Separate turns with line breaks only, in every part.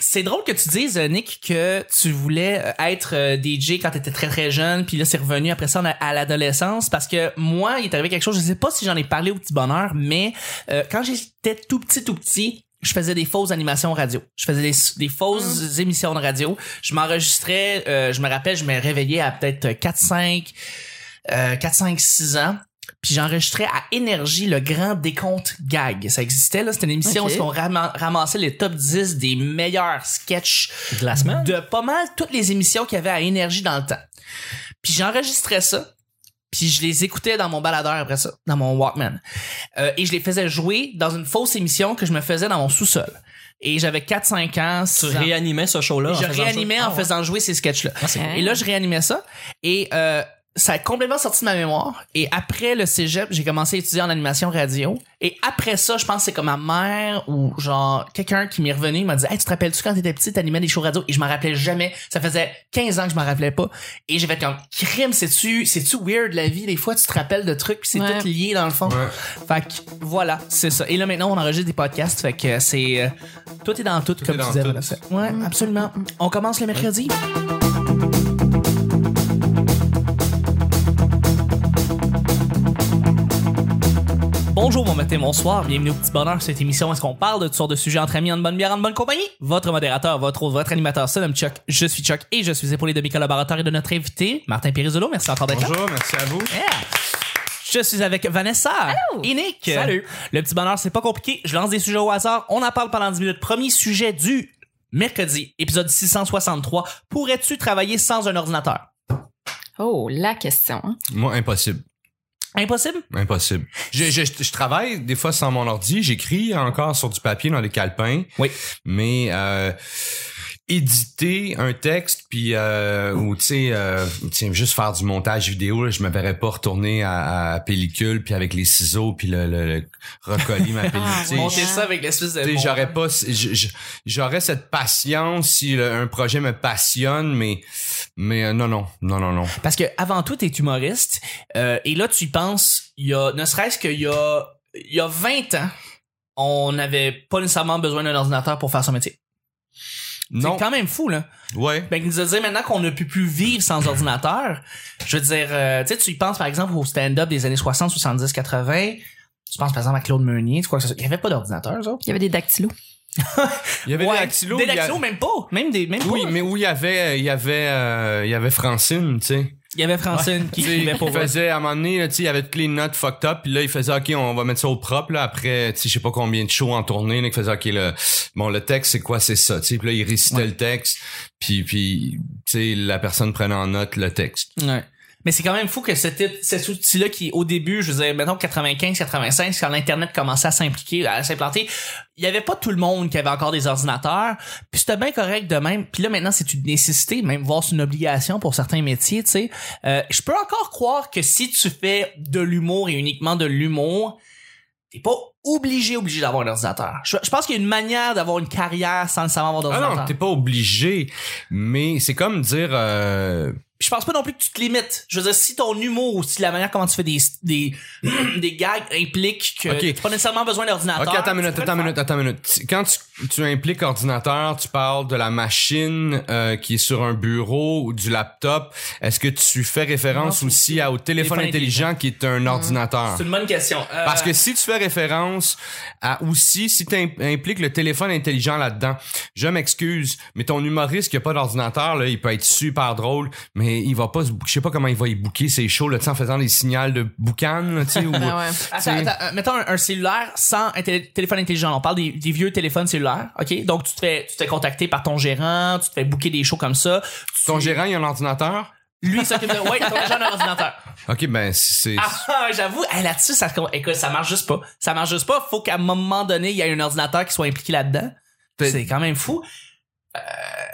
C'est drôle que tu dises, euh, Nick, que tu voulais euh, être euh, DJ quand t'étais très très jeune, puis là c'est revenu après ça en a- à l'adolescence, parce que moi, il est arrivé quelque chose, je sais pas si j'en ai parlé au petit bonheur, mais euh, quand j'étais tout petit, tout petit, je faisais des fausses animations radio. Je faisais des, des fausses émissions de radio. Je m'enregistrais, euh, je me rappelle, je me réveillais à peut-être 4-5, euh, 4-5-6 ans. Puis j'enregistrais à Énergie le grand décompte gag. Ça existait, là. C'était une émission
Ok.
où on ram- ramassait les top 10 des meilleurs sketchs
De la semaine?
de pas mal toutes les émissions qu'il y avait à Énergie dans le temps. Puis j'enregistrais ça. Puis je les écoutais dans mon baladeur après ça, dans mon Walkman. Euh, et je les faisais jouer dans une fausse émission que je me faisais dans mon sous-sol. Et j'avais 4-5 ans.
Tu
6 ans.
réanimais ce show-là? en
Je
faisant ça?
réanimais
Ah
en
ouais.
faisant jouer ces sketchs-là.
Ah, c'est
Hein?
Et là, je réanimais ça. Et euh, ça a complètement sorti de ma mémoire. Et après le cégep, j'ai commencé à étudier en animation radio. Et après ça, je pense que c'est comme ma mère ou genre quelqu'un qui m'est revenu il m'a dit Hey, tu te rappelles-tu quand t'étais petit, t'animais des shows radio Et je m'en rappelais jamais. Ça faisait 15 ans que je m'en rappelais pas. Et j'ai fait comme crime, c'est-tu, c'est-tu weird la vie Des fois, tu te rappelles de trucs, puis c'est
Ouais.
tout lié dans le fond.
Ouais.
Fait que voilà, c'est ça. Et là, maintenant, on enregistre des podcasts. Fait que c'est. euh, tout est dans tout, comme
est
tu
dans
disais,
tout.
Vanessa. Ouais, absolument. On commence le mercredi. Bonjour, bon matin, bonsoir, bienvenue au Petit Bonheur, cette émission où est-ce qu'on parle de toutes sortes de sujets entre amis, en bonne bière, en bonne compagnie. Votre modérateur, votre autre, votre animateur, c'est Chuck, je suis Chuck et je suis épaulé de mes collaborateurs et de notre invité, Martin Périsolo, merci encore d'être là.
Bonjour, merci à vous.
Yeah. Je suis avec Vanessa et Nick.
Salut.
Le petit bonheur, c'est pas compliqué. Je lance des sujets au hasard. On en parle pendant 10 minutes. Premier sujet du mercredi, épisode 663. Pourrais-tu travailler sans un ordinateur?
Oh, la question. hein.
Moi, impossible.
Impossible?
Impossible. Je, je, je travaille des fois sans mon ordi. J'écris encore sur du papier dans des calepins.
Oui.
Mais euh, éditer un texte, puis euh, ou tu sais, euh, tu sais, juste faire du montage vidéo, là, je me verrais pas retourner à, à pellicule, puis avec les ciseaux, puis le, le- le- recoller ma pellicule.
Ah,
Tu sais,
ouais.
Monter ça avec l'espèce de.
Tu sais,
mon-
j'aurais pas j- j- j'aurais cette patience si le- un projet me passionne mais mais euh, non non non non non
Parce que avant tout, t'es humoriste. euh, et là, tu y penses, il y a, ne serait-ce qu'il y a, il y a 20 ans, on n'avait pas nécessairement besoin d'un ordinateur pour faire son métier.
non
C'est quand même fou, là.
ouais
Ben, il nous a dit maintenant qu'on ne peut plus vivre sans ordinateur. Je veux dire, euh, tu sais, tu y penses par exemple au stand-up des années 60, 70, 80. Tu penses par exemple à Claude Meunier, tu crois que ça. Il n'y avait pas d'ordinateur, ça?
Il y avait des dactylos.
il y avait
Ouais,
des dactylos,
Des
il y a-
dactylos, même pas. Même des. Même
oui
pas.
mais où il y avait il y avait euh, il y avait Francine tu sais
Il y avait Francine qui
Tu sais,
écrivait pour
il
vrai.
faisait à un moment donné là, tu sais il y avait toutes les notes fucked up puis là il faisait ok on va mettre ça au propre là après tu sais je sais pas combien de shows en tournée là, il faisait ok le bon le texte c'est quoi c'est ça tu sais puis là il récitait le texte puis puis tu sais la personne prenait en note le texte
Ouais. Mais c'est quand même fou que c'était cet outil-là qui, au début, je veux dire, mettons 95, 85, quand l'Internet commençait à s'impliquer, à s'implanter, il y avait pas tout le monde qui avait encore des ordinateurs. Puis c'était bien correct de même. Puis là, maintenant, c'est une nécessité, même voir c'est une obligation pour certains métiers, tu sais. Euh, je peux encore croire que si tu fais de l'humour et uniquement de l'humour, t'es pas obligé, obligé d'avoir un ordinateur. Je, je pense qu'il y a une manière d'avoir une carrière sans nécessairement avoir
Ah
d'ordinateur.
non, t'es pas obligé, mais c'est comme dire... euh,
Puis je pense pas non plus que tu te limites. Je veux dire, si ton humour ou si la manière comment tu fais des, des, des gags implique que
Ok.
t'as pas nécessairement besoin d'ordinateur.
Ok, attends une minute,
tu peux
attends
le
une minute, attends une minute. Tu- Quand tu, tu impliques ordinateur, tu parles de la machine euh, qui est sur un bureau ou du laptop. Est-ce que tu fais référence
Non,
aussi à, au téléphone,
téléphone
intelligent, qui est un
faire.
ordinateur?
C'est une bonne question. Euh,
Parce que si tu fais référence à aussi, si tu impliques le téléphone intelligent là-dedans, je m'excuse, mais ton humoriste qui a pas d'ordinateur, là, il peut être super drôle, mais il va pas se bou- je sais pas comment il va y booker ses shows, là, tu sais, en faisant des signaux de boucan, là, tu sais, ou,
Ben ouais.
Attends, attends, euh, mettons un, un cellulaire sans un télé- téléphone intelligent. On parle des, des vieux téléphones cellulaires, ok? Donc tu te fais, tu te fais contacter par ton gérant, tu te fais booker des shows comme ça.
Ton gérant, il a un ordinateur?
Lui il s'occupe de, ouais, ton gérant a un ordinateur.
Ok, ben, c'est,
Ah, ah, j'avoue, hey, là-dessus ça, écoute, ça marche juste pas. Ça marche juste pas. Faut qu'à un moment donné, il y ait un ordinateur qui soit impliqué là-dedans.
T'es-
C'est quand même fou.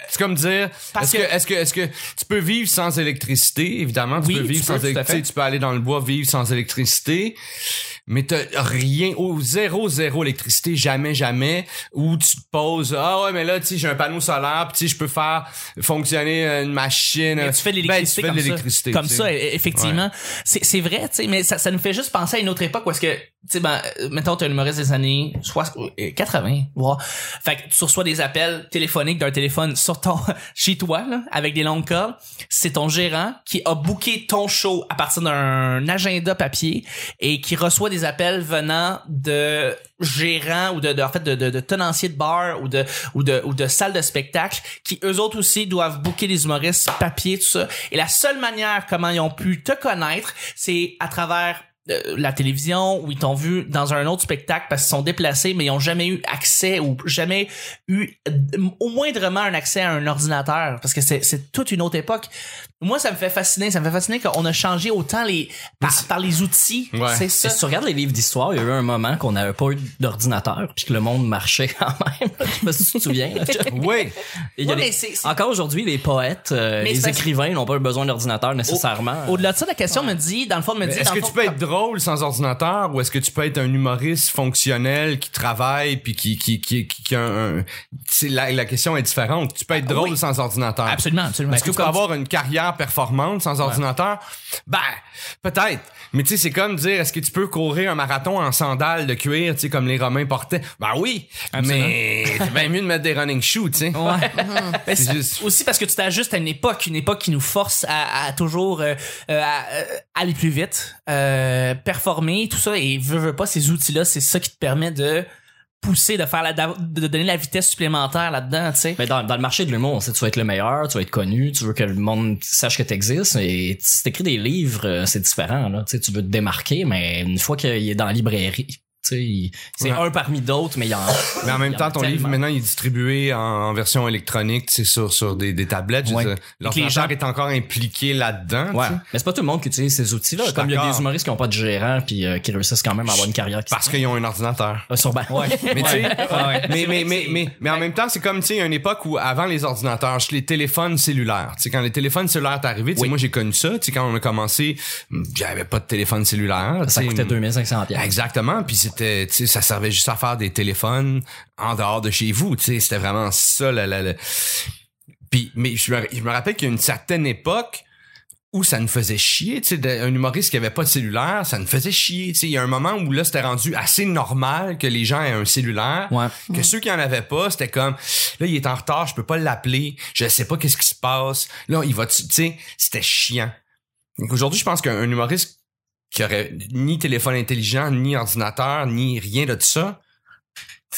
c'est comme dire,
Parce
est-ce que, est-ce que, est-ce que tu peux vivre sans électricité? Évidemment, tu
Oui,
peux
tu
vivre
peux, tout
sans
à fait.
électricité, tu peux aller dans le bois, vivre sans électricité, mais t'as rien, au zéro, zéro électricité, jamais, jamais, où tu te poses, ah ouais, mais là, tu sais, j'ai un panneau solaire, puis tu sais, je peux faire fonctionner une machine.
Mais tu fais de l'électricité
Ben, tu fais de
comme ça.
l'électricité,
Comme
tu sais.
ça, e- effectivement. C'est c'est vrai, tu sais, mais ça, ça nous fait juste penser à une autre époque où est-ce que tu sais, ben, euh, mettons, t'es un humoriste des années soix- euh, 80, voire. Fait que tu reçois des appels téléphoniques d'un téléphone sur ton, chez toi, là, avec des longues cordes. C'est ton gérant qui a booké ton show à partir d'un agenda papier et qui reçoit des appels venant de gérants ou de, de- en fait, de, de, de tenanciers de bar ou de, ou de, ou de salles de spectacle qui eux autres aussi doivent booker des humoristes papier, tout ça. Et la seule manière comment ils ont pu te connaître, c'est à travers euh, la télévision où ils t'ont vu dans un autre spectacle parce qu'ils sont déplacés mais ils ont jamais eu accès ou jamais eu euh, au moindrement un accès à un ordinateur parce que c'est c'est toute une autre époque moi ça me fait fasciner ça me fait fasciner qu'on a changé autant les par, par les outils
Ouais.
c'est
Si
ça
tu regardes les livres d'histoire, il y a eu un moment qu'on n'avait pas eu d'ordinateur, puis que le monde marchait quand même. Je sais pas si tu te souviens. là.
Oui.
Il y a
Ouais,
les-
mais c'est- c'est-
Encore aujourd'hui, les poètes, euh,
Mais c'est
les
parce-
écrivains n'ont pas eu besoin d'ordinateur nécessairement.
au-delà de ça la question me dit dans le fond me dit
Est-ce
dans
que
le
tu
fond,
peux être drôle sans ordinateur ou est-ce que tu peux être un humoriste fonctionnel qui travaille puis qui qui qui qui, qui a un, un- c'est la, la question est différente. Tu peux être drôle
Ah, oui.
sans ordinateur.
absolument absolument
Est-ce que
Tout
tu peux
comme-
avoir une carrière performante sans ordinateur? Ben, peut-être. Mais tu sais, c'est comme dire, est-ce que tu peux courir un marathon en sandales de cuir, tu sais, comme les Romains portaient? Ben oui,
Absolument.
mais c'est bien mieux de mettre des running shoes, tu sais.
Mais
C'est
ça-
juste-
aussi parce que tu t'ajustes à une époque, une époque qui nous force à, à toujours euh, euh, à, euh, aller plus vite, euh, performer, tout ça. Et veux, veux pas, ces outils-là, c'est ça qui te permet de pousser, de faire la, de donner la vitesse supplémentaire là-dedans, tu sais.
Mais dans, dans le marché de l'humour, on sait, tu veux être le meilleur, tu veux être connu, tu veux que le monde sache que t'existes. Et si t'écris des livres, euh, c'est différent. Là. Tu sais, tu veux te démarquer, mais une fois qu'il est dans la librairie, tu sais, il- c'est
Ouais.
un parmi d'autres, mais il y en
Mais en même
il y en
temps,
a
ton
tellement.
livre, maintenant, il est distribué en, en version électronique, tu sais, sur, sur des, des tablettes. Je
Ouais.
veux dire, L'ordinateur est encore impliqué là-dedans, tu
Ouais.
sais.
Mais c'est pas tout le monde qui utilise ces outils-là.
Je suis
Comme il y a
d'accord.
des humoristes qui n'ont pas de gérant puis euh, qui réussissent quand même à avoir une carrière qui
parce qu'ils ont un ordinateur.
se- euh, sûrement.
Mais tu sais, mais,
C'est vrai
mais,
que
mais,
c'est-
mais, mais en même temps, c'est comme, tu sais, il y a une époque où avant les ordinateurs, les téléphones cellulaires, tu sais, quand les téléphones cellulaires t'es arrivé, tu sais, moi j'ai connu ça, tu sais, quand on a commencé, hmm, j'avais pas de téléphone cellulaire.
Ça
tu sais,
coûtait 2500 pièces.
Exactement, puis c'était, tu sais, ça servait juste à faire des téléphones en dehors de chez vous, tu sais, c'était vraiment ça, la, la, la- Puis, mais je me, je me rappelle qu'il y a une certaine époque où ça nous faisait chier, tu sais, d'un- un humoriste qui avait pas de cellulaire, ça nous faisait chier, tu sais, il y a un moment où là, c'était rendu assez normal que les gens aient un cellulaire,
Ouais.
que ceux qui en avaient pas, c'était comme, là, il est en retard, je peux pas l'appeler, je sais pas qu'est-ce qui se passe, là, il va, tu tu sais, c'était chiant. Donc, Aujourd'hui, je pense qu'un humoriste qui aurait ni téléphone intelligent, ni ordinateur, ni rien de tout ça.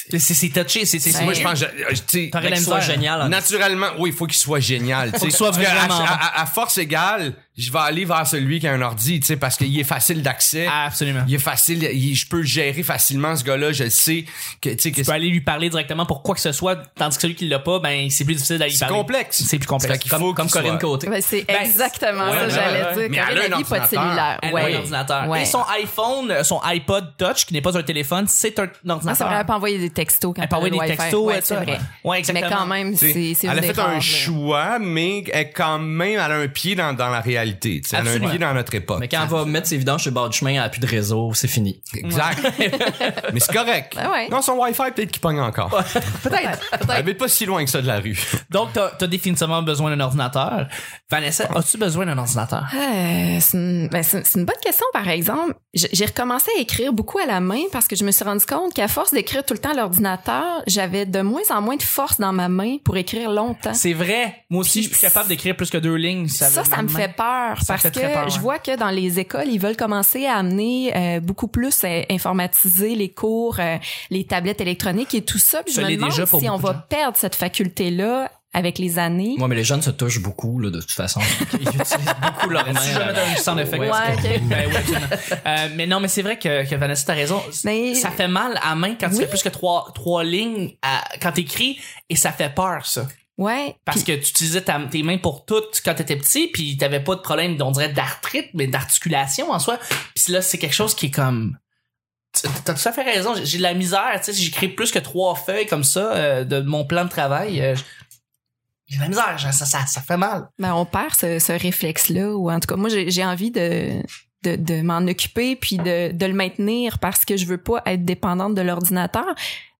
C'est c'est touché, c'est c'est
Ben,
Moi, je pense, que je- je- tu sais,
T'aurais
Fait
la
qu'il soit
misère.
génial. en-
naturellement, oui, il faut qu'il soit génial. tu sais.
qu'il soit
Parce que à-
vraiment
à, à- à force égale, je vais aller vers celui qui a un ordi, tu sais, parce qu'il est facile d'accès.
Absolument.
Il est facile, il- je peux le gérer facilement ce gars-là, je le sais. Que, tu sais, que
Tu peux aller lui parler directement pour quoi que ce soit, tandis que celui qui l'a pas, ben c'est plus difficile d'aller lui
c'est
parler.
complexe.
C'est plus
Fait
complexe.
qu'il
Comme,
faut
comme
qu'il
Corinne
soit-
Côté.
Ben, c'est
Ben,
exactement
ouais,
ça,
ouais,
j'allais dire.
ouais. Mais elle a
Corinne
un
Levy, pas de
ordinateur.
cellulaire.
Elle a
Ouais.
un ordinateur.
Ouais. Ah,
Et son iPhone, euh, son iPod Touch, qui n'est pas un téléphone, c'est un ordinateur.
Ah, c'est vrai, elle peut envoyer des textos quand
Elle peut
elle a
envoyer
le
des
Wi-Fi.
textos,
Ouais,
elle,
c'est
ça,
vrai.
Ouais, exactement.
Mais quand même,
Tu sais,
c'est c'est une
elle a
des
fait
rares,
un
là.
choix, mais elle, quand même, elle a un pied dans, dans la réalité. tu sais. Elle a un
Absolument.
pied dans notre époque.
Mais quand elle va mettre ses vidanges sur le bord du chemin, elle n'a plus de réseau, c'est fini.
Exact. mais c'est correct.
Ben ouais.
Non, son Wi-Fi, peut-être qu'il pogne encore.
Peut-être.
Elle habite pas si loin que ça de la rue.
Donc, t'as as définitivement besoin d'un ordinateur. Vanessa, as-tu besoin d'un ordinateur?
Euh, c'est une, ben, c'est- c'est une bonne question, par exemple. J- J'ai recommencé à écrire beaucoup à la main parce que je me suis rendu compte qu'à force d'écrire tout le temps à l'ordinateur, j'avais de moins en moins de force dans ma main pour écrire longtemps.
C'est vrai. Moi aussi,
Puis
je suis capable d'écrire plus que deux lignes.
Ça, ça, me fait peur
Ça
parce
fait
que
très peur, ouais.
je vois que dans les écoles, ils veulent commencer à amener euh, beaucoup plus euh, informatiser les cours, euh, les tablettes électroniques et tout ça. Puis
Ça
je me
l'est
demande
déjà pour
si on
beaucoup de
va perdre cette faculté-là avec les années.
Moi, mais les jeunes se touchent beaucoup, là, de toute façon. Ils utilisent beaucoup leur main.
Si je mets un sound effect,
Ouais,
parce que-
ok.
Ben oui, absolument. Euh, mais non, mais c'est vrai que, que Vanessa, t'as raison.
Mais-
Ça fait mal à main quand tu
Oui.
fais plus que trois, trois lignes à, quand t'écris et ça fait peur, ça.
Ouais.
Parce que tu utilisais ta- tes mains pour tout quand t'étais petit puis t'avais pas de problème, on dirait, d'arthrite, mais d'articulation en soi. Puis là, c'est quelque chose qui est comme... Tu- T'as tout à fait raison. J'ai j'ai de la misère, tu sais, si j'écris plus que trois feuilles comme ça euh, de mon plan de travail. euh, j'ai de la misère, ça, ça, ça- ça fait mal.
Ben, on perd ce, ce réflexe-là, ou en tout cas, moi, j'ai j'ai envie de, de, de m'en occuper puis de, de le maintenir parce que je veux pas être dépendante de l'ordinateur.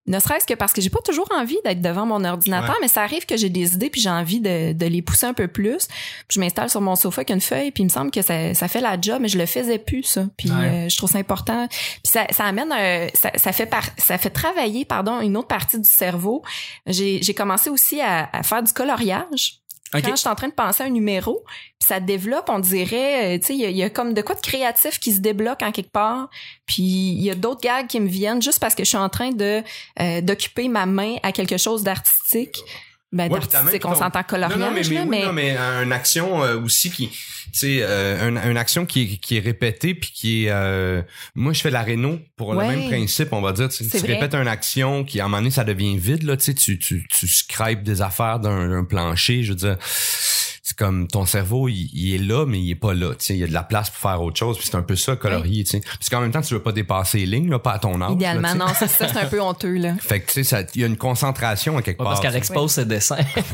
Ne serait-ce que parce que j'ai pas toujours envie d'être devant mon ordinateur,
Ouais.
mais ça arrive que j'ai des idées puis j'ai envie de, de les pousser un peu plus. Puis je m'installe sur mon sofa avec une feuille puis il me semble que ça, ça fait la job, mais je le faisais plus ça. Puis
Ouais.
euh, je trouve ça important. Puis ça, ça amène, euh, ça, ça fait par- ça fait travailler pardon une autre partie du cerveau. J'ai j'ai commencé aussi à, à faire du coloriage.
Ok.
Quand je suis en train de penser à un numéro, puis ça développe, on dirait, euh, tu sais, il y, a- il y a comme de quoi de créatif qui se débloque en quelque part. Puis il y a d'autres gags qui me viennent juste parce que je suis en train de euh, d'occuper ma main à quelque chose d'artistique. Ben,
Ouais, puis ta main,
d'artistique,
puis
on
ton-
s'entend coloriage,
non, non, mais, mais,
là,
oui,
mais-
non, mais euh, une action euh, aussi qui, tu sais, euh, une, une action qui, est- qui est répétée puis qui est, euh, moi je fais la réno pour
Ouais.
le même principe, on va dire, tu,
C'est
tu
vrai.
répètes une action qui à un moment donné ça devient vide là, tu sais, tu tu tu scrapes des affaires d'un d'un plancher, je veux dire. C'est comme ton cerveau, il, il est là, mais il est pas là. tu sais, Il y a de la place pour faire autre chose. puis C'est un peu ça, colorier. tu sais. Parce qu'en même temps, tu veux pas dépasser les lignes, là, pas à ton âge. là,
idéalement,
tu sais.
non, c'est ça, c'est un peu honteux, là.
Fait que tu sais, ça- il y a une concentration à quelque
Ouais,
part.
parce qu'elle expose ses dessins.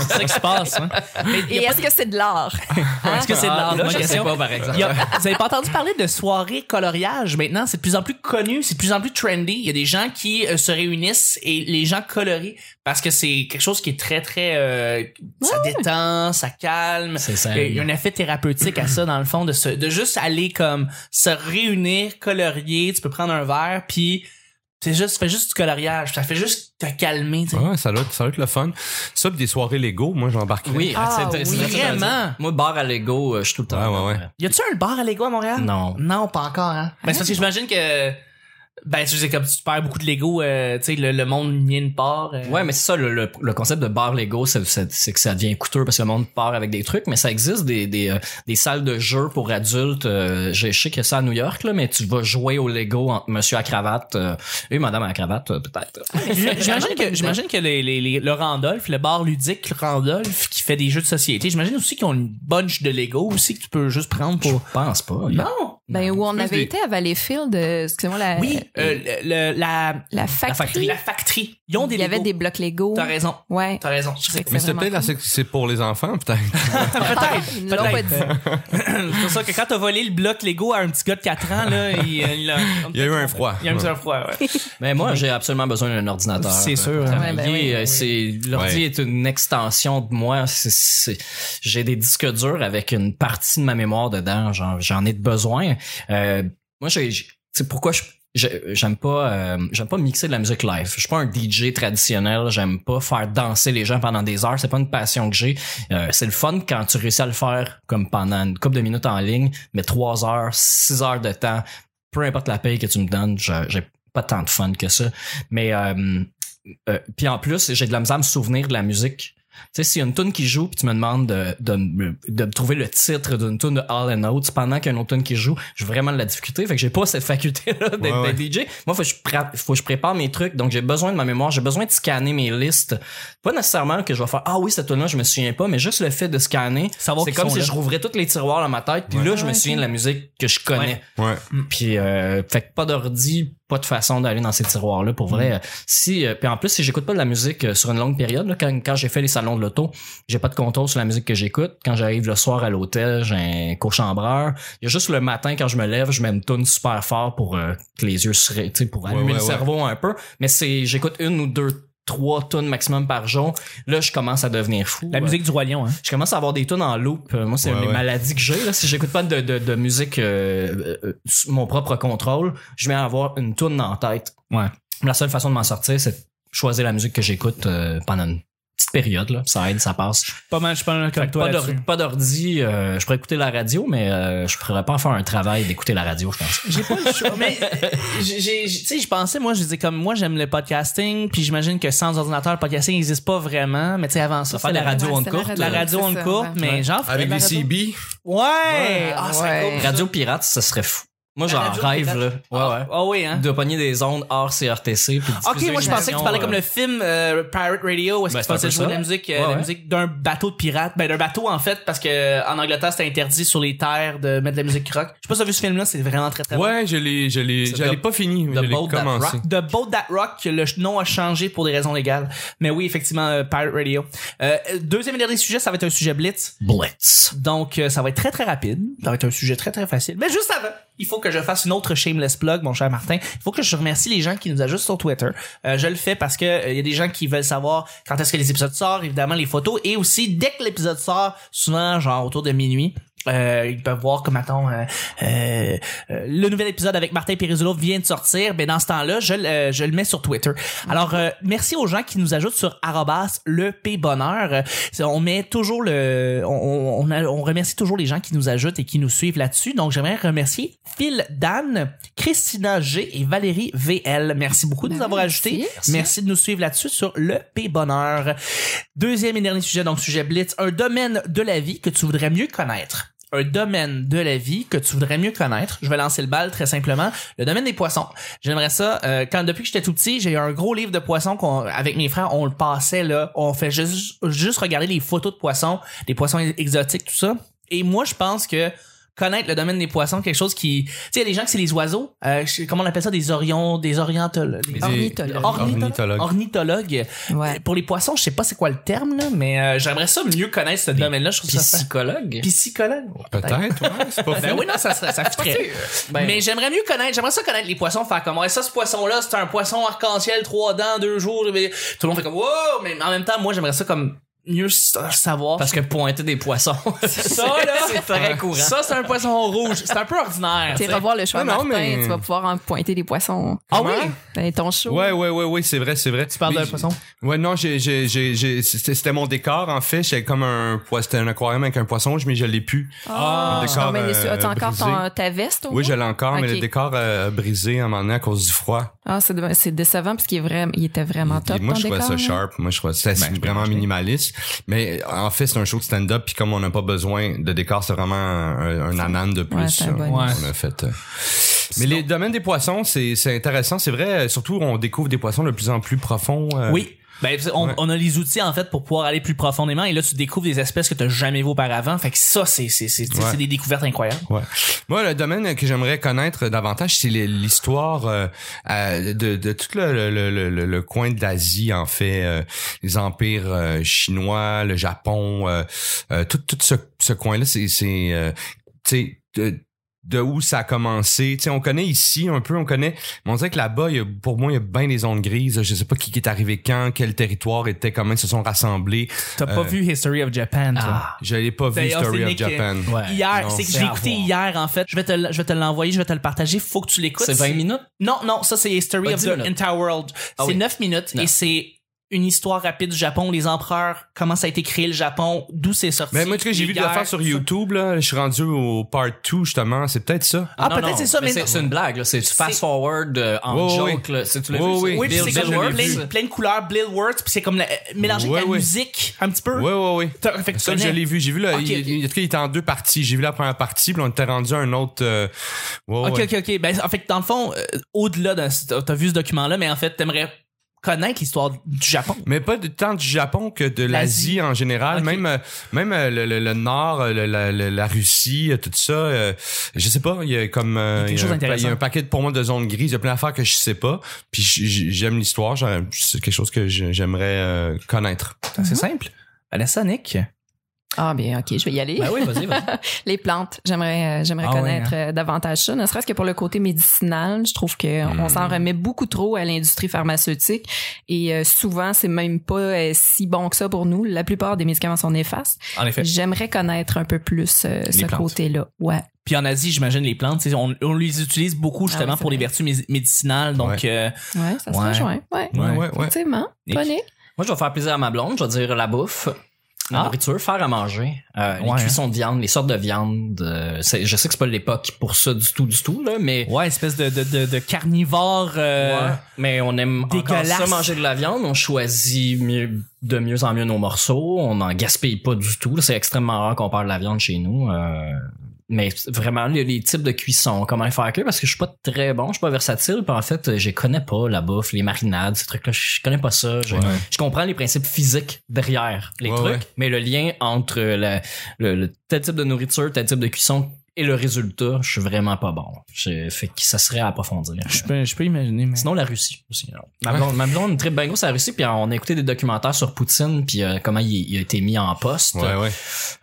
C'est ça qui se passe. Hein? Mais il y a
Et
pas
est-ce que c'est de l'art?
de- Est-ce que c'est de
Ah,
l'art?
là,
Bonne
je sais
question.
pas, par exemple.
Il y a- vous avez pas entendu parler de soirées coloriage maintenant? C'est de plus en plus connu, c'est de plus en plus trendy. Il y a des gens qui euh, se réunissent et les gens colorient parce que c'est quelque chose qui est très, très... euh, ça détend, ça calme.
C'est ça.
Il y a un effet thérapeutique à ça, dans le fond, de, se, de juste aller comme se réunir, colorier, tu peux prendre un verre, puis c'est juste, fais juste du coloriage, ça fait juste te calmer. tu sais.
Ouais, ça doit, être, ça doit être le fun. Ça, pis des soirées Lego, moi, j'embarque.
Oui,
Ah,
c'est
oui.
c'est- c'est- c'est-
Vraiment?
Moi, bar à Lego, euh, je suis tout le temps.
Ouais, ouais, ouais.
Y a-tu un bar à Lego à Montréal?
Non.
Non, pas encore, hein. Ben, c'est parce que j'imagine que. Ben, tu sais, comme tu perds beaucoup de Lego, euh, tu sais, le, le monde n'y une part. euh.
Ouais, mais c'est ça, le, le, le concept de bar Lego, c'est- c'est c'est que ça devient coûteux parce que le monde part avec des trucs, mais ça existe des, des, euh, des salles de jeu pour adultes. euh, je je sais qu'il y a ça à New York, là, mais tu vas jouer au Lego entre monsieur à cravate euh, et madame à cravate, euh, peut-être.
J'im- J'imagine que, j'imagine que les, les, les- le Randolph, le bar ludique Randolph qui fait des jeux de société, j'imagine aussi qu'ils ont une bunch de Lego aussi que tu peux juste prendre
Je
pour.
pense pas.
Non!
Ben, où on
Plus
avait
des-
été à Valleyfield, euh, excusez-moi, la,
Oui, euh, le- le- la,
la factory.
la factory. Ils ont des
Il y avait
Lego.
des blocs Lego.
T'as raison.
Ouais.
T'as raison.
Mais c'est peut-être la
la
sec- c'est pour les enfants, peut-être.
Peut-être.
Ils l'ont pas dit.
C'est pour ça que quand t'as volé le bloc Lego à un petit gars de 4 ans, là, il, euh, il a,
Il y a eu un froid.
Il y a un petit froid, ouais.
Mais moi, j'ai absolument besoin d'un ordinateur.
C'est sûr,
pour
hein.
Ouais,
travailler.
ben oui,
Euh,
oui.
c'est l'ordi
Ouais.
est une extension de moi. C'est- c'est- J'ai des disques durs avec une partie de ma mémoire dedans. J'en, j'en ai de besoin. Euh, moi, j'ai, j'ai- tu sais pourquoi je j'ai- j'aime pas euh, j'aime pas mixer de la musique live je suis pas un DJ traditionnel j'aime pas faire danser les gens pendant des heures c'est pas une passion que j'ai Euh, c'est le fun quand tu réussis à le faire comme pendant une couple de minutes en ligne mais trois heures six heures de temps peu importe la paye que tu me donnes je- j'ai pas tant de fun que ça mais euh, euh, puis en plus, j'ai de la misère à me souvenir de la musique. Tu sais, s'il y a une tune qui joue, puis tu me demandes de, de, me- de me trouver le titre d'une tune de All and Oates pendant qu'il y a une autre tune qui joue, j'ai vraiment de la difficulté. Fait que j'ai pas cette faculté-là d'être
Ouais, ouais.
d'être DJ. Moi, faut que, je pré- faut que je prépare mes trucs. Donc, j'ai besoin de ma mémoire. J'ai besoin de scanner mes listes. Pas nécessairement que je vais faire, ah oui, cette tune-là, je me souviens pas, mais juste le fait de scanner,
Savoir
c'est
qu'ils
comme
sont
si
là.
je rouvrais tous les tiroirs dans ma tête, puis
Ouais.
là, je me
Ouais,
souviens
ok.
de la musique que je connais.
Ouais.
Ouais.
Puis euh, fait que pas d'ordi, pas de façon d'aller dans ces tiroirs là pour
Mm.
vrai. Si euh, puis en plus si j'écoute pas de la musique euh, sur une longue période là, quand quand j'ai fait les salons de l'auto, j'ai pas de contrôle sur la musique que j'écoute. Quand j'arrive le soir à l'hôtel, j'ai un cochambreur. Il y a juste le matin quand je me lève, je mets une tune super fort pour euh, que les yeux se ré- tu sais pour allumer
ouais,
le
ouais.
cerveau un peu, mais c'est j'écoute une ou deux trois tonnes maximum par jour. Là, je commence à devenir fou.
La
Euh,
musique du Roi Lion, hein.
je commence à avoir des tunes en loop. Euh, Moi, c'est
Ouais,
une des
ouais.
maladies que j'ai. là. Si j'écoute pas de, de, de musique euh, euh, sous mon propre contrôle, je vais avoir une tune en tête.
Ouais.
La seule façon de m'en sortir, c'est de choisir la musique que j'écoute euh, pendant une petite période. Là. Ça aide, ça passe.
Pas mal, je suis pas mal comme toi
pas
là-dessus.
d'or- pas d'ordi. euh, je pourrais écouter la radio, mais euh, je pourrais pas en faire un travail d'écouter la radio, je pense.
J'ai pas le choix. Mais euh, j'ai- j'ai- tu sais, je pensais, moi, je disais comme moi, j'aime le podcasting, puis j'imagine que sans ordinateur, le podcasting n'existe pas vraiment. Mais tu sais, avant ça,
Faire de
c'est
la radio
ouais,
on
c'est la
courte.
radio.
La radio, on
C'est
le
ça,
coupe,
ouais.
mais genre,
Avec
la
des
radio-
CB.
Ouais! Ah, ça
ouais.
coupe, ça.
Radio pirate, ça serait fou. Moi,
La
j'en
radio
rêve,
pirate.
là. Ouais, ouais.
Ah oui, hein?
De pogner des ondes hors CRTC. puis de
Ok,
diffuser
moi je
une
pensais que tu parlais
émission,
comme
euh,
le film euh, Pirate Radio où est-ce
Ben,
qu'il
c'est un
pensait
peu
jouer de
ça.
la musique, euh,
Ouais,
la
ouais.
musique d'un bateau de pirates, ben d'un bateau en fait parce que euh, en Angleterre c'était interdit sur les terres de mettre de la musique rock. Je sais pas si t'as vu ce film là, c'est vraiment très très
Ouais, je l'ai, je l'ai,
C'est
je l'ai
The-
pas fini, mais
The
je l'ai
Boat That
commencé.
bon. The Boat That Rock, le ch- nom a changé pour des raisons légales. Mais oui, effectivement, euh, Pirate Radio. Euh, deuxième et dernier sujet, ça va être un sujet blitz.
Blitz.
Donc, euh, ça va être très très rapide. Ça va être un sujet très très facile. Mais juste avant, il faut que je fasse une autre shameless plug, mon cher Martin. Il faut que je remercie les gens qui nous ajustent sur Twitter. Euh, je le fais parce que euh, il y a des gens qui veulent savoir quand est-ce que les épisodes sortent, évidemment les photos, et aussi dès que l'épisode sort, souvent genre autour de minuit. euh, ils peuvent voir comme attends euh, euh, euh, le nouvel épisode avec Martin Perizulo vient de sortir mais dans ce temps-là je, le- euh, je le mets sur Twitter alors euh, merci aux gens qui nous ajoutent sur arrobas le P bonheur Euh, c'est- on met toujours le on, on, on a- on remercie toujours les gens qui nous ajoutent et qui nous suivent là-dessus donc j'aimerais remercier Phil Dan Christina G et Valérie VL merci beaucoup de nous
Ben,
avoir
merci.
ajoutés Merci de nous suivre là-dessus sur le P Bonheur. Deuxième et dernier sujet, donc sujet Blitz, un domaine de la vie que tu voudrais mieux connaître. Un domaine de la vie que tu voudrais mieux connaître. Je vais lancer le bal très simplement. Le domaine des poissons. J'aimerais ça. euh, quand depuis que j'étais tout petit, j'ai eu un gros livre de poissons qu'on, avec mes frères, on le passait là. On fait juste, juste regarder les photos de poissons, des poissons exotiques, tout ça. Et moi, je pense que connaître le domaine des poissons, quelque chose qui, tu sais, il y a des gens que c'est les oiseaux. euh, je sais- comment on appelle ça, des orions, des orientales. les-
Des-
Ornithologue.
Ornithologue.
Ornithologue.
Ornithologue.
Ouais.
Pour les poissons, je sais pas c'est quoi le terme, là, mais euh, j'aimerais ça mieux connaître ce domaine-là. Je trouve ça fa-
Psychologue.
Psychologue?
Peut-être, ouais, c'est pas
Ben
fou.
oui, non, ça, serait- ça fitterait.
Ben-
mais j'aimerais mieux connaître, j'aimerais ça connaître les poissons, faire comme, ouais, ça, ce poisson-là, c'est un poisson arc-en-ciel, trois dents, deux jours, mais tout le monde fait comme, wow, mais en même temps, moi, j'aimerais ça comme mieux sa- savoir.
Parce que pointer des poissons,
ça, là,
c'est très courant.
Ça, c'est un poisson rouge. Ah, C'est un peu ordinaire.
Tu
tu sais.
vas voir le choix,
Non, non,
Martin.
mais-
Tu vas pouvoir en pointer des poissons.
Ah oui?
Comment?
Ben, ton show.
Ouais, ouais, ouais, ouais, c'est vrai, c'est vrai. Tu
parles d'un poisson?
Ouais, non, j'ai, j'ai, j'ai, j'ai- c'était c'était mon décor, en fait. J'avais comme un poisson, c'était un aquarium avec un poisson, mais je l'ai plus.
Ah,
Le décor,
mais les-
euh,
as-tu encore
brisé.
ton- ta veste? au
Oui,
moins?
je l'ai encore, mais
Ok.
le décor euh, a brisé à un moment donné à cause du froid.
Ah, c'est de- c'est décevant parce qu'il est vraiment, il était vraiment
Et
top.
moi,
ton
je trouvais
décor,
ça
là.
sharp. Moi, je trouvais ça c'est
Ben, je peux
vraiment
imaginer.
minimaliste. Mais euh, en fait, c'est un show de stand-up. Puis comme on n'a pas besoin de décor, c'est vraiment un, un anane de plus.
Ouais, c'est un
euh,
bonus.
qu'on a fait. euh. Mais les domaines des poissons, c'est c'est intéressant. C'est vrai, euh, surtout, on découvre des poissons de plus en plus profonds. euh,
Oui. Ben, on, on a les outils en fait pour pouvoir aller plus profondément et là tu découvres des espèces que t'as jamais vues auparavant. Fait que ça c'est c'est c'est c'est-
Ouais.
c'est des découvertes incroyables.
Ouais. Moi, le domaine que j'aimerais connaître davantage, c'est les- l'histoire euh, euh, de, de tout le, le, le, le, le coin de l'Asie, en fait, euh, les empires euh, chinois, le Japon, euh, euh, tout, tout ce, ce coin-là, c'est, c'est euh, tu sais, de, de où ça a commencé. Tu sais, on connaît ici un peu, on connaît, mais on dirait que là-bas, il y a- pour moi, il y a bien des zones grises. Je sais pas qui qui est arrivé quand, quel territoire était, comment ils se sont rassemblés.
T'as pas
Euh.
vu History of Japan toi?
Ah.
Je l'ai pas vu,
D'ailleurs,
Story
c'est
of
Nick, euh,
Japan.
Ouais.
Hier,
non,
c'est que
c'est
j'ai
à
écouté
voir.
hier en fait. Je vais te le- je vais te l'envoyer, je vais te le partager. Faut que tu l'écoutes.
C'est 20 minutes?
Non non, ça c'est History
Ah,
of
dix
the
minutes.
Entire World.
Ah
c'est
oui.
9 minutes
Non.
et c'est une histoire rapide du Japon, les empereurs, comment ça a été créé le Japon, d'où c'est sorti.
Mais moi, tu sais, j'ai
les
vu des
guerres,
affaires sur
tout ça.
YouTube, là. Je suis rendu au part 2, justement. C'est peut-être ça.
Ah,
Non,
peut-être
non,
c'est ça, mais-
c'est c'est une blague, là. C'est du
C'est-
fast-forward euh, en
Oui, oui.
joke, là. C'est- Tu l'as
Oui,
vu, ça?
oui.
Oui, puis
Bill-
c'est
Bill
comme
Words.
plein, plein de couleurs, Bill Words, puis c'est comme la- euh, mélangé
Ouais,
avec la
ouais.
musique un petit peu.
Ouais, ouais, ouais.
T'as- fait que tu
Ça, je
connais.
l'ai vu. J'ai vu, là.
Ok,
il,
ok.
il- en tout cas, il était en deux parties. J'ai vu la première partie, puis on était rendu à un autre. euh, ouais,
Ok,
ouais.
ok, ok. Ben, en fait, dans le fond, euh, au-delà de. T'as t'as vu ce document-là, mais en fait, t'aimerais connaître l'histoire du Japon.
Mais pas de, tant du Japon que de l'Asie en général,
Ok.
même euh, même euh, le, le- le Nord, euh, le- la, la- la Russie, euh, tout ça. euh, je sais pas, il y a comme euh,
Il y a quelque
il, y a
chose
un, pa- il y a
d'intéressant.
un paquet de- pour moi de zones grises, il y a plein d'affaires que je sais pas. Puis j- j- j'aime l'histoire, j'aurais- c'est quelque chose que je- j'aimerais euh, connaître.
Mhm.
C'est simple. Euh, Vanessa, Nick.
Ah, bien, OK, je vais y aller.
Ben oui, vas-y, vas-y.
Les plantes, j'aimerais euh, j'aimerais
Ah ouais,
connaître euh, davantage ça, ne serait-ce que pour le côté médicinal, je trouve que
Hmm.
on s'en remet beaucoup trop à l'industrie pharmaceutique et euh, souvent c'est même pas euh, si bon que ça pour nous. La plupart des médicaments sont néfastes.
En effet.
J'aimerais connaître un peu plus euh, ce
plantes.
côté-là. Ouais.
Puis en Asie, j'imagine les plantes, tu sais, on, on les utilise beaucoup justement
Ah ouais, c'est
pour les
vrai.
vertus mé- médicinales. Donc, euh,
Ouais, ça se
Ouais.
rejoint. Ouais.
Ouais,
ouais, Euh, ouais.
Effectivement.
Nick?
Bonnet.
Moi, je vais faire plaisir à ma blonde. Je vais dire la bouffe, la
Ah.
nourriture, faire à manger, euh,
Ouais, hein.
les cuissons de viande, les sortes de viande. euh, c'est- je sais que c'est pas l'époque pour ça du tout, du tout, là, mais...
ouais, espèce de, de, de, de carnivore. euh,
Ouais. Mais on aime encore
dégueulasse.
ça manger de la viande. On choisit mieux, de mieux en mieux nos morceaux. On n'en gaspille pas du tout. C'est extrêmement rare qu'on parle de la viande chez nous. euh, mais vraiment, les, les types de cuisson, comment faire que, parce que je suis pas très bon, je suis pas versatile. Puis en fait, je connais pas la bouffe, les marinades, ces trucs-là. Je connais pas ça. Je,
Ouais.
je comprends les principes physiques derrière les
Ouais,
trucs,
ouais.
mais le lien entre la- le, le- tel type de nourriture, tel type de cuisson, Et le résultat, je suis vraiment pas bon. Je- Fait que ça serait à approfondir.
Je peux, je peux imaginer, mais.
Sinon, la Russie aussi. alors. Ma blonde, ma blonde trip bingo, c'est la Russie, puis on a écouté des documentaires sur Poutine, puis euh, comment il, il a été mis en poste.
Ouais, ouais.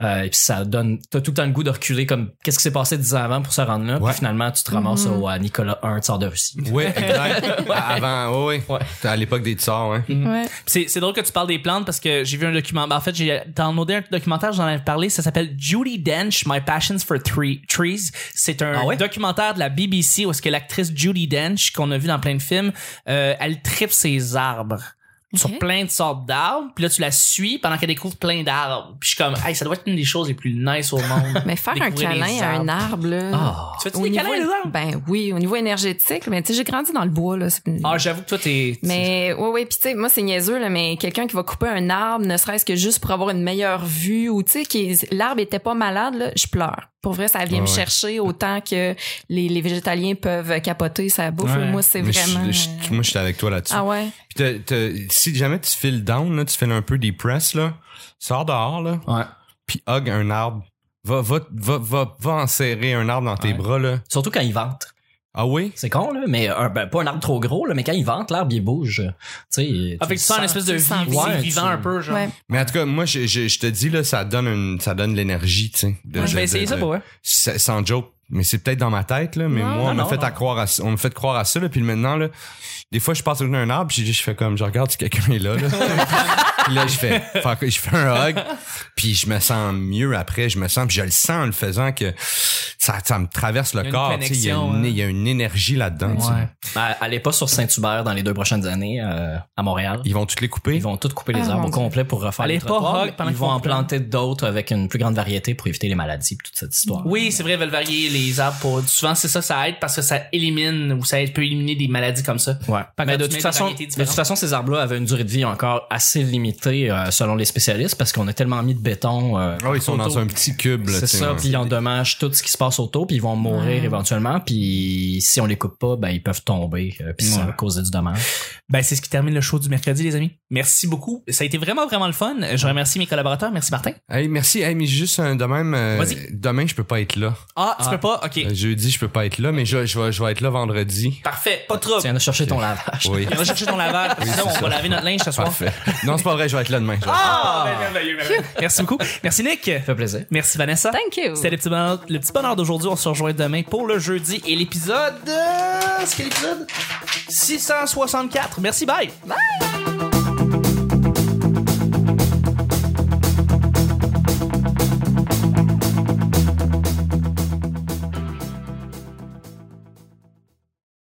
Euh, et puis ça donne, t'as tout le temps le goût de reculer, comme qu'est-ce qui s'est passé dix ans avant pour se rendre là,
Ouais.
puis finalement tu te ramasses
Mhm.
au euh, Nicolas 1 sort de Russie.
Oui, exact. Avant, oui, oui.
Ouais.
À l'époque des tsars, hein.
Ouais.
C'est, c'est drôle que tu parles des plantes parce que j'ai vu un document. ben, En fait, j'ai downloadé un documentaire, j'en avais parlé. Ça s'appelle Judy Dench, My Passions for Tree- Trees. C'est un
Ah ouais?
documentaire de la BBC où est-ce que l'actrice Judy Dench, qu'on a vu dans plein de films, euh, elle tripe ses arbres. Sur
Ok.
plein de sortes d'arbres, puis là tu la suis pendant qu'elle découvre plein d'arbres. Puis je suis comme, hey, ça doit être une des choses les plus nice au monde.
Mais faire un
Découvrir les
câlin à un
arbres.
arbre, là.
Ah.
tu fais-tu
Au
des
niveau-
câlins aux arbres?
Ben oui, au niveau énergétique, mais tu sais, j'ai grandi dans le bois, là. c'est-
Ah, j'avoue que toi t'es.
Mais ouais ouais, puis tu sais moi c'est niaiseux là mais quelqu'un qui va couper un arbre ne serait-ce que juste pour avoir une meilleure vue ou tu sais qui l'arbre était pas malade là, je pleure. Pour vrai ça vient
Ouais,
me
Ah ouais.
chercher autant que les, les végétaliens peuvent capoter sa bouffe,
Ouais.
moi c'est
Mais je-
vraiment
je-
euh,
moi, j'étais avec toi là-dessus.
Ah ouais.
Puis t'as- t'as- si jamais tu files down, là, tu files un peu des press, là, sors dehors, là,
Ouais.
puis hug un arbre. Va, va, va, va, va enserrer un arbre dans tes
Ouais.
bras, là.
Surtout quand il vente.
Ah oui?
C'est con, là, mais un- ben, pas un arbre trop gros, là, mais quand il vente, l'arbre il bouge. Tu sais.
Avec ça, une espèce de
tu
vie,
sens-
c'est
Ouais,
vivant
tu-
un peu, genre.
Ouais.
Mais en tout cas, moi, je, je, je te dis, là, ça donne une, ça donne de l'énergie, tu sais. de-
Moi, je
de-
vais
de-
essayer Ben, ça
de-
pour vrai.
sa- sans joke. Mais c'est peut-être dans ma tête, là. Mais
Non,
moi, on
non,
m'a
non,
fait,
non.
à croire à ça- on m'a fait croire à ça, là. Puis maintenant, là, des fois, je passe au-dessus d'un arbre, puis je, je fais comme, je regarde si quelqu'un est là, là. puis là, je fais, fuck, je fais un hug, puis je me sens mieux après. Je me sens, puis je le sens en le faisant que ça, ça me traverse le
Il y a une
corps, tu sais. Il y, a
connexion,
une-
hein.
il y a une énergie là-dedans, tu sais.
Ouais.
Ben, allez pas sur Saint-Hubert dans les deux prochaines années euh, à Montréal.
Ils vont toutes les couper.
Ils vont tout couper
Ah,
les arbres
mon
au
Dieu.
complet pour refaire
Allez
les
pas
trottoirs,
hog
mais
pendant
Ils
qu'ils
vont
font
en
plein.
planter d'autres avec une plus grande variété pour éviter les maladies et toute cette histoire.
Oui, c'est vrai, ils veulent varier les arbres pour. Souvent, c'est ça, ça aide parce que ça élimine ou ça aide- peut éliminer des maladies comme ça.
Ouais.
Fait que
Mais
là, tu
de
mets
toute
des
façon,
variétés
de toute
différentes.
façon, ces arbres-là avaient une durée de vie encore assez limitée euh, selon les spécialistes parce qu'on a tellement mis de béton. euh,
Ah, ils sont dans un petit cube, là,
c'est
tu sais,
ça,
ouais.
puis ils endommagent tout ce qui se passe autour, puis ils vont mourir
Ouais.
éventuellement, puis si on les coupe pas, ben ils peuvent tomber, euh, puis ça
Ouais.
va causer du dommage.
Ben, c'est ce qui termine le show du mercredi, les amis. Merci beaucoup. Ça a été vraiment, vraiment le fun. Je remercie mes collaborateurs. Merci, Martin.
Hey, merci. Hey, mais juste un de même. euh,
Vas-y.
demain, je peux pas être là.
Ah, tu
Ah.
peux pas? OK.
Euh, Jeudi, je peux pas être là, mais je, je, vais, je vais être là vendredi.
Parfait. Pas de trouble.
Tu viens de chercher ton lavage.
Oui.
On va chercher ton lavage. parce que sinon,
c'est
on
ça.
va laver notre linge ce soir.
Parfait. Non, c'est pas vrai, je vais être là demain. Je vais-
Ah! ben, merveilleux, merveilleux. Merci beaucoup. Merci, Nick.
Ça fait plaisir.
Merci, Vanessa.
Thank you.
C'était le petit bonheur, le petit bonheur d'aujourd'hui. On se rejoint demain pour le jeudi et l'épisode. euh, c'est quel épisode? 664. Merci, bye!
Bye.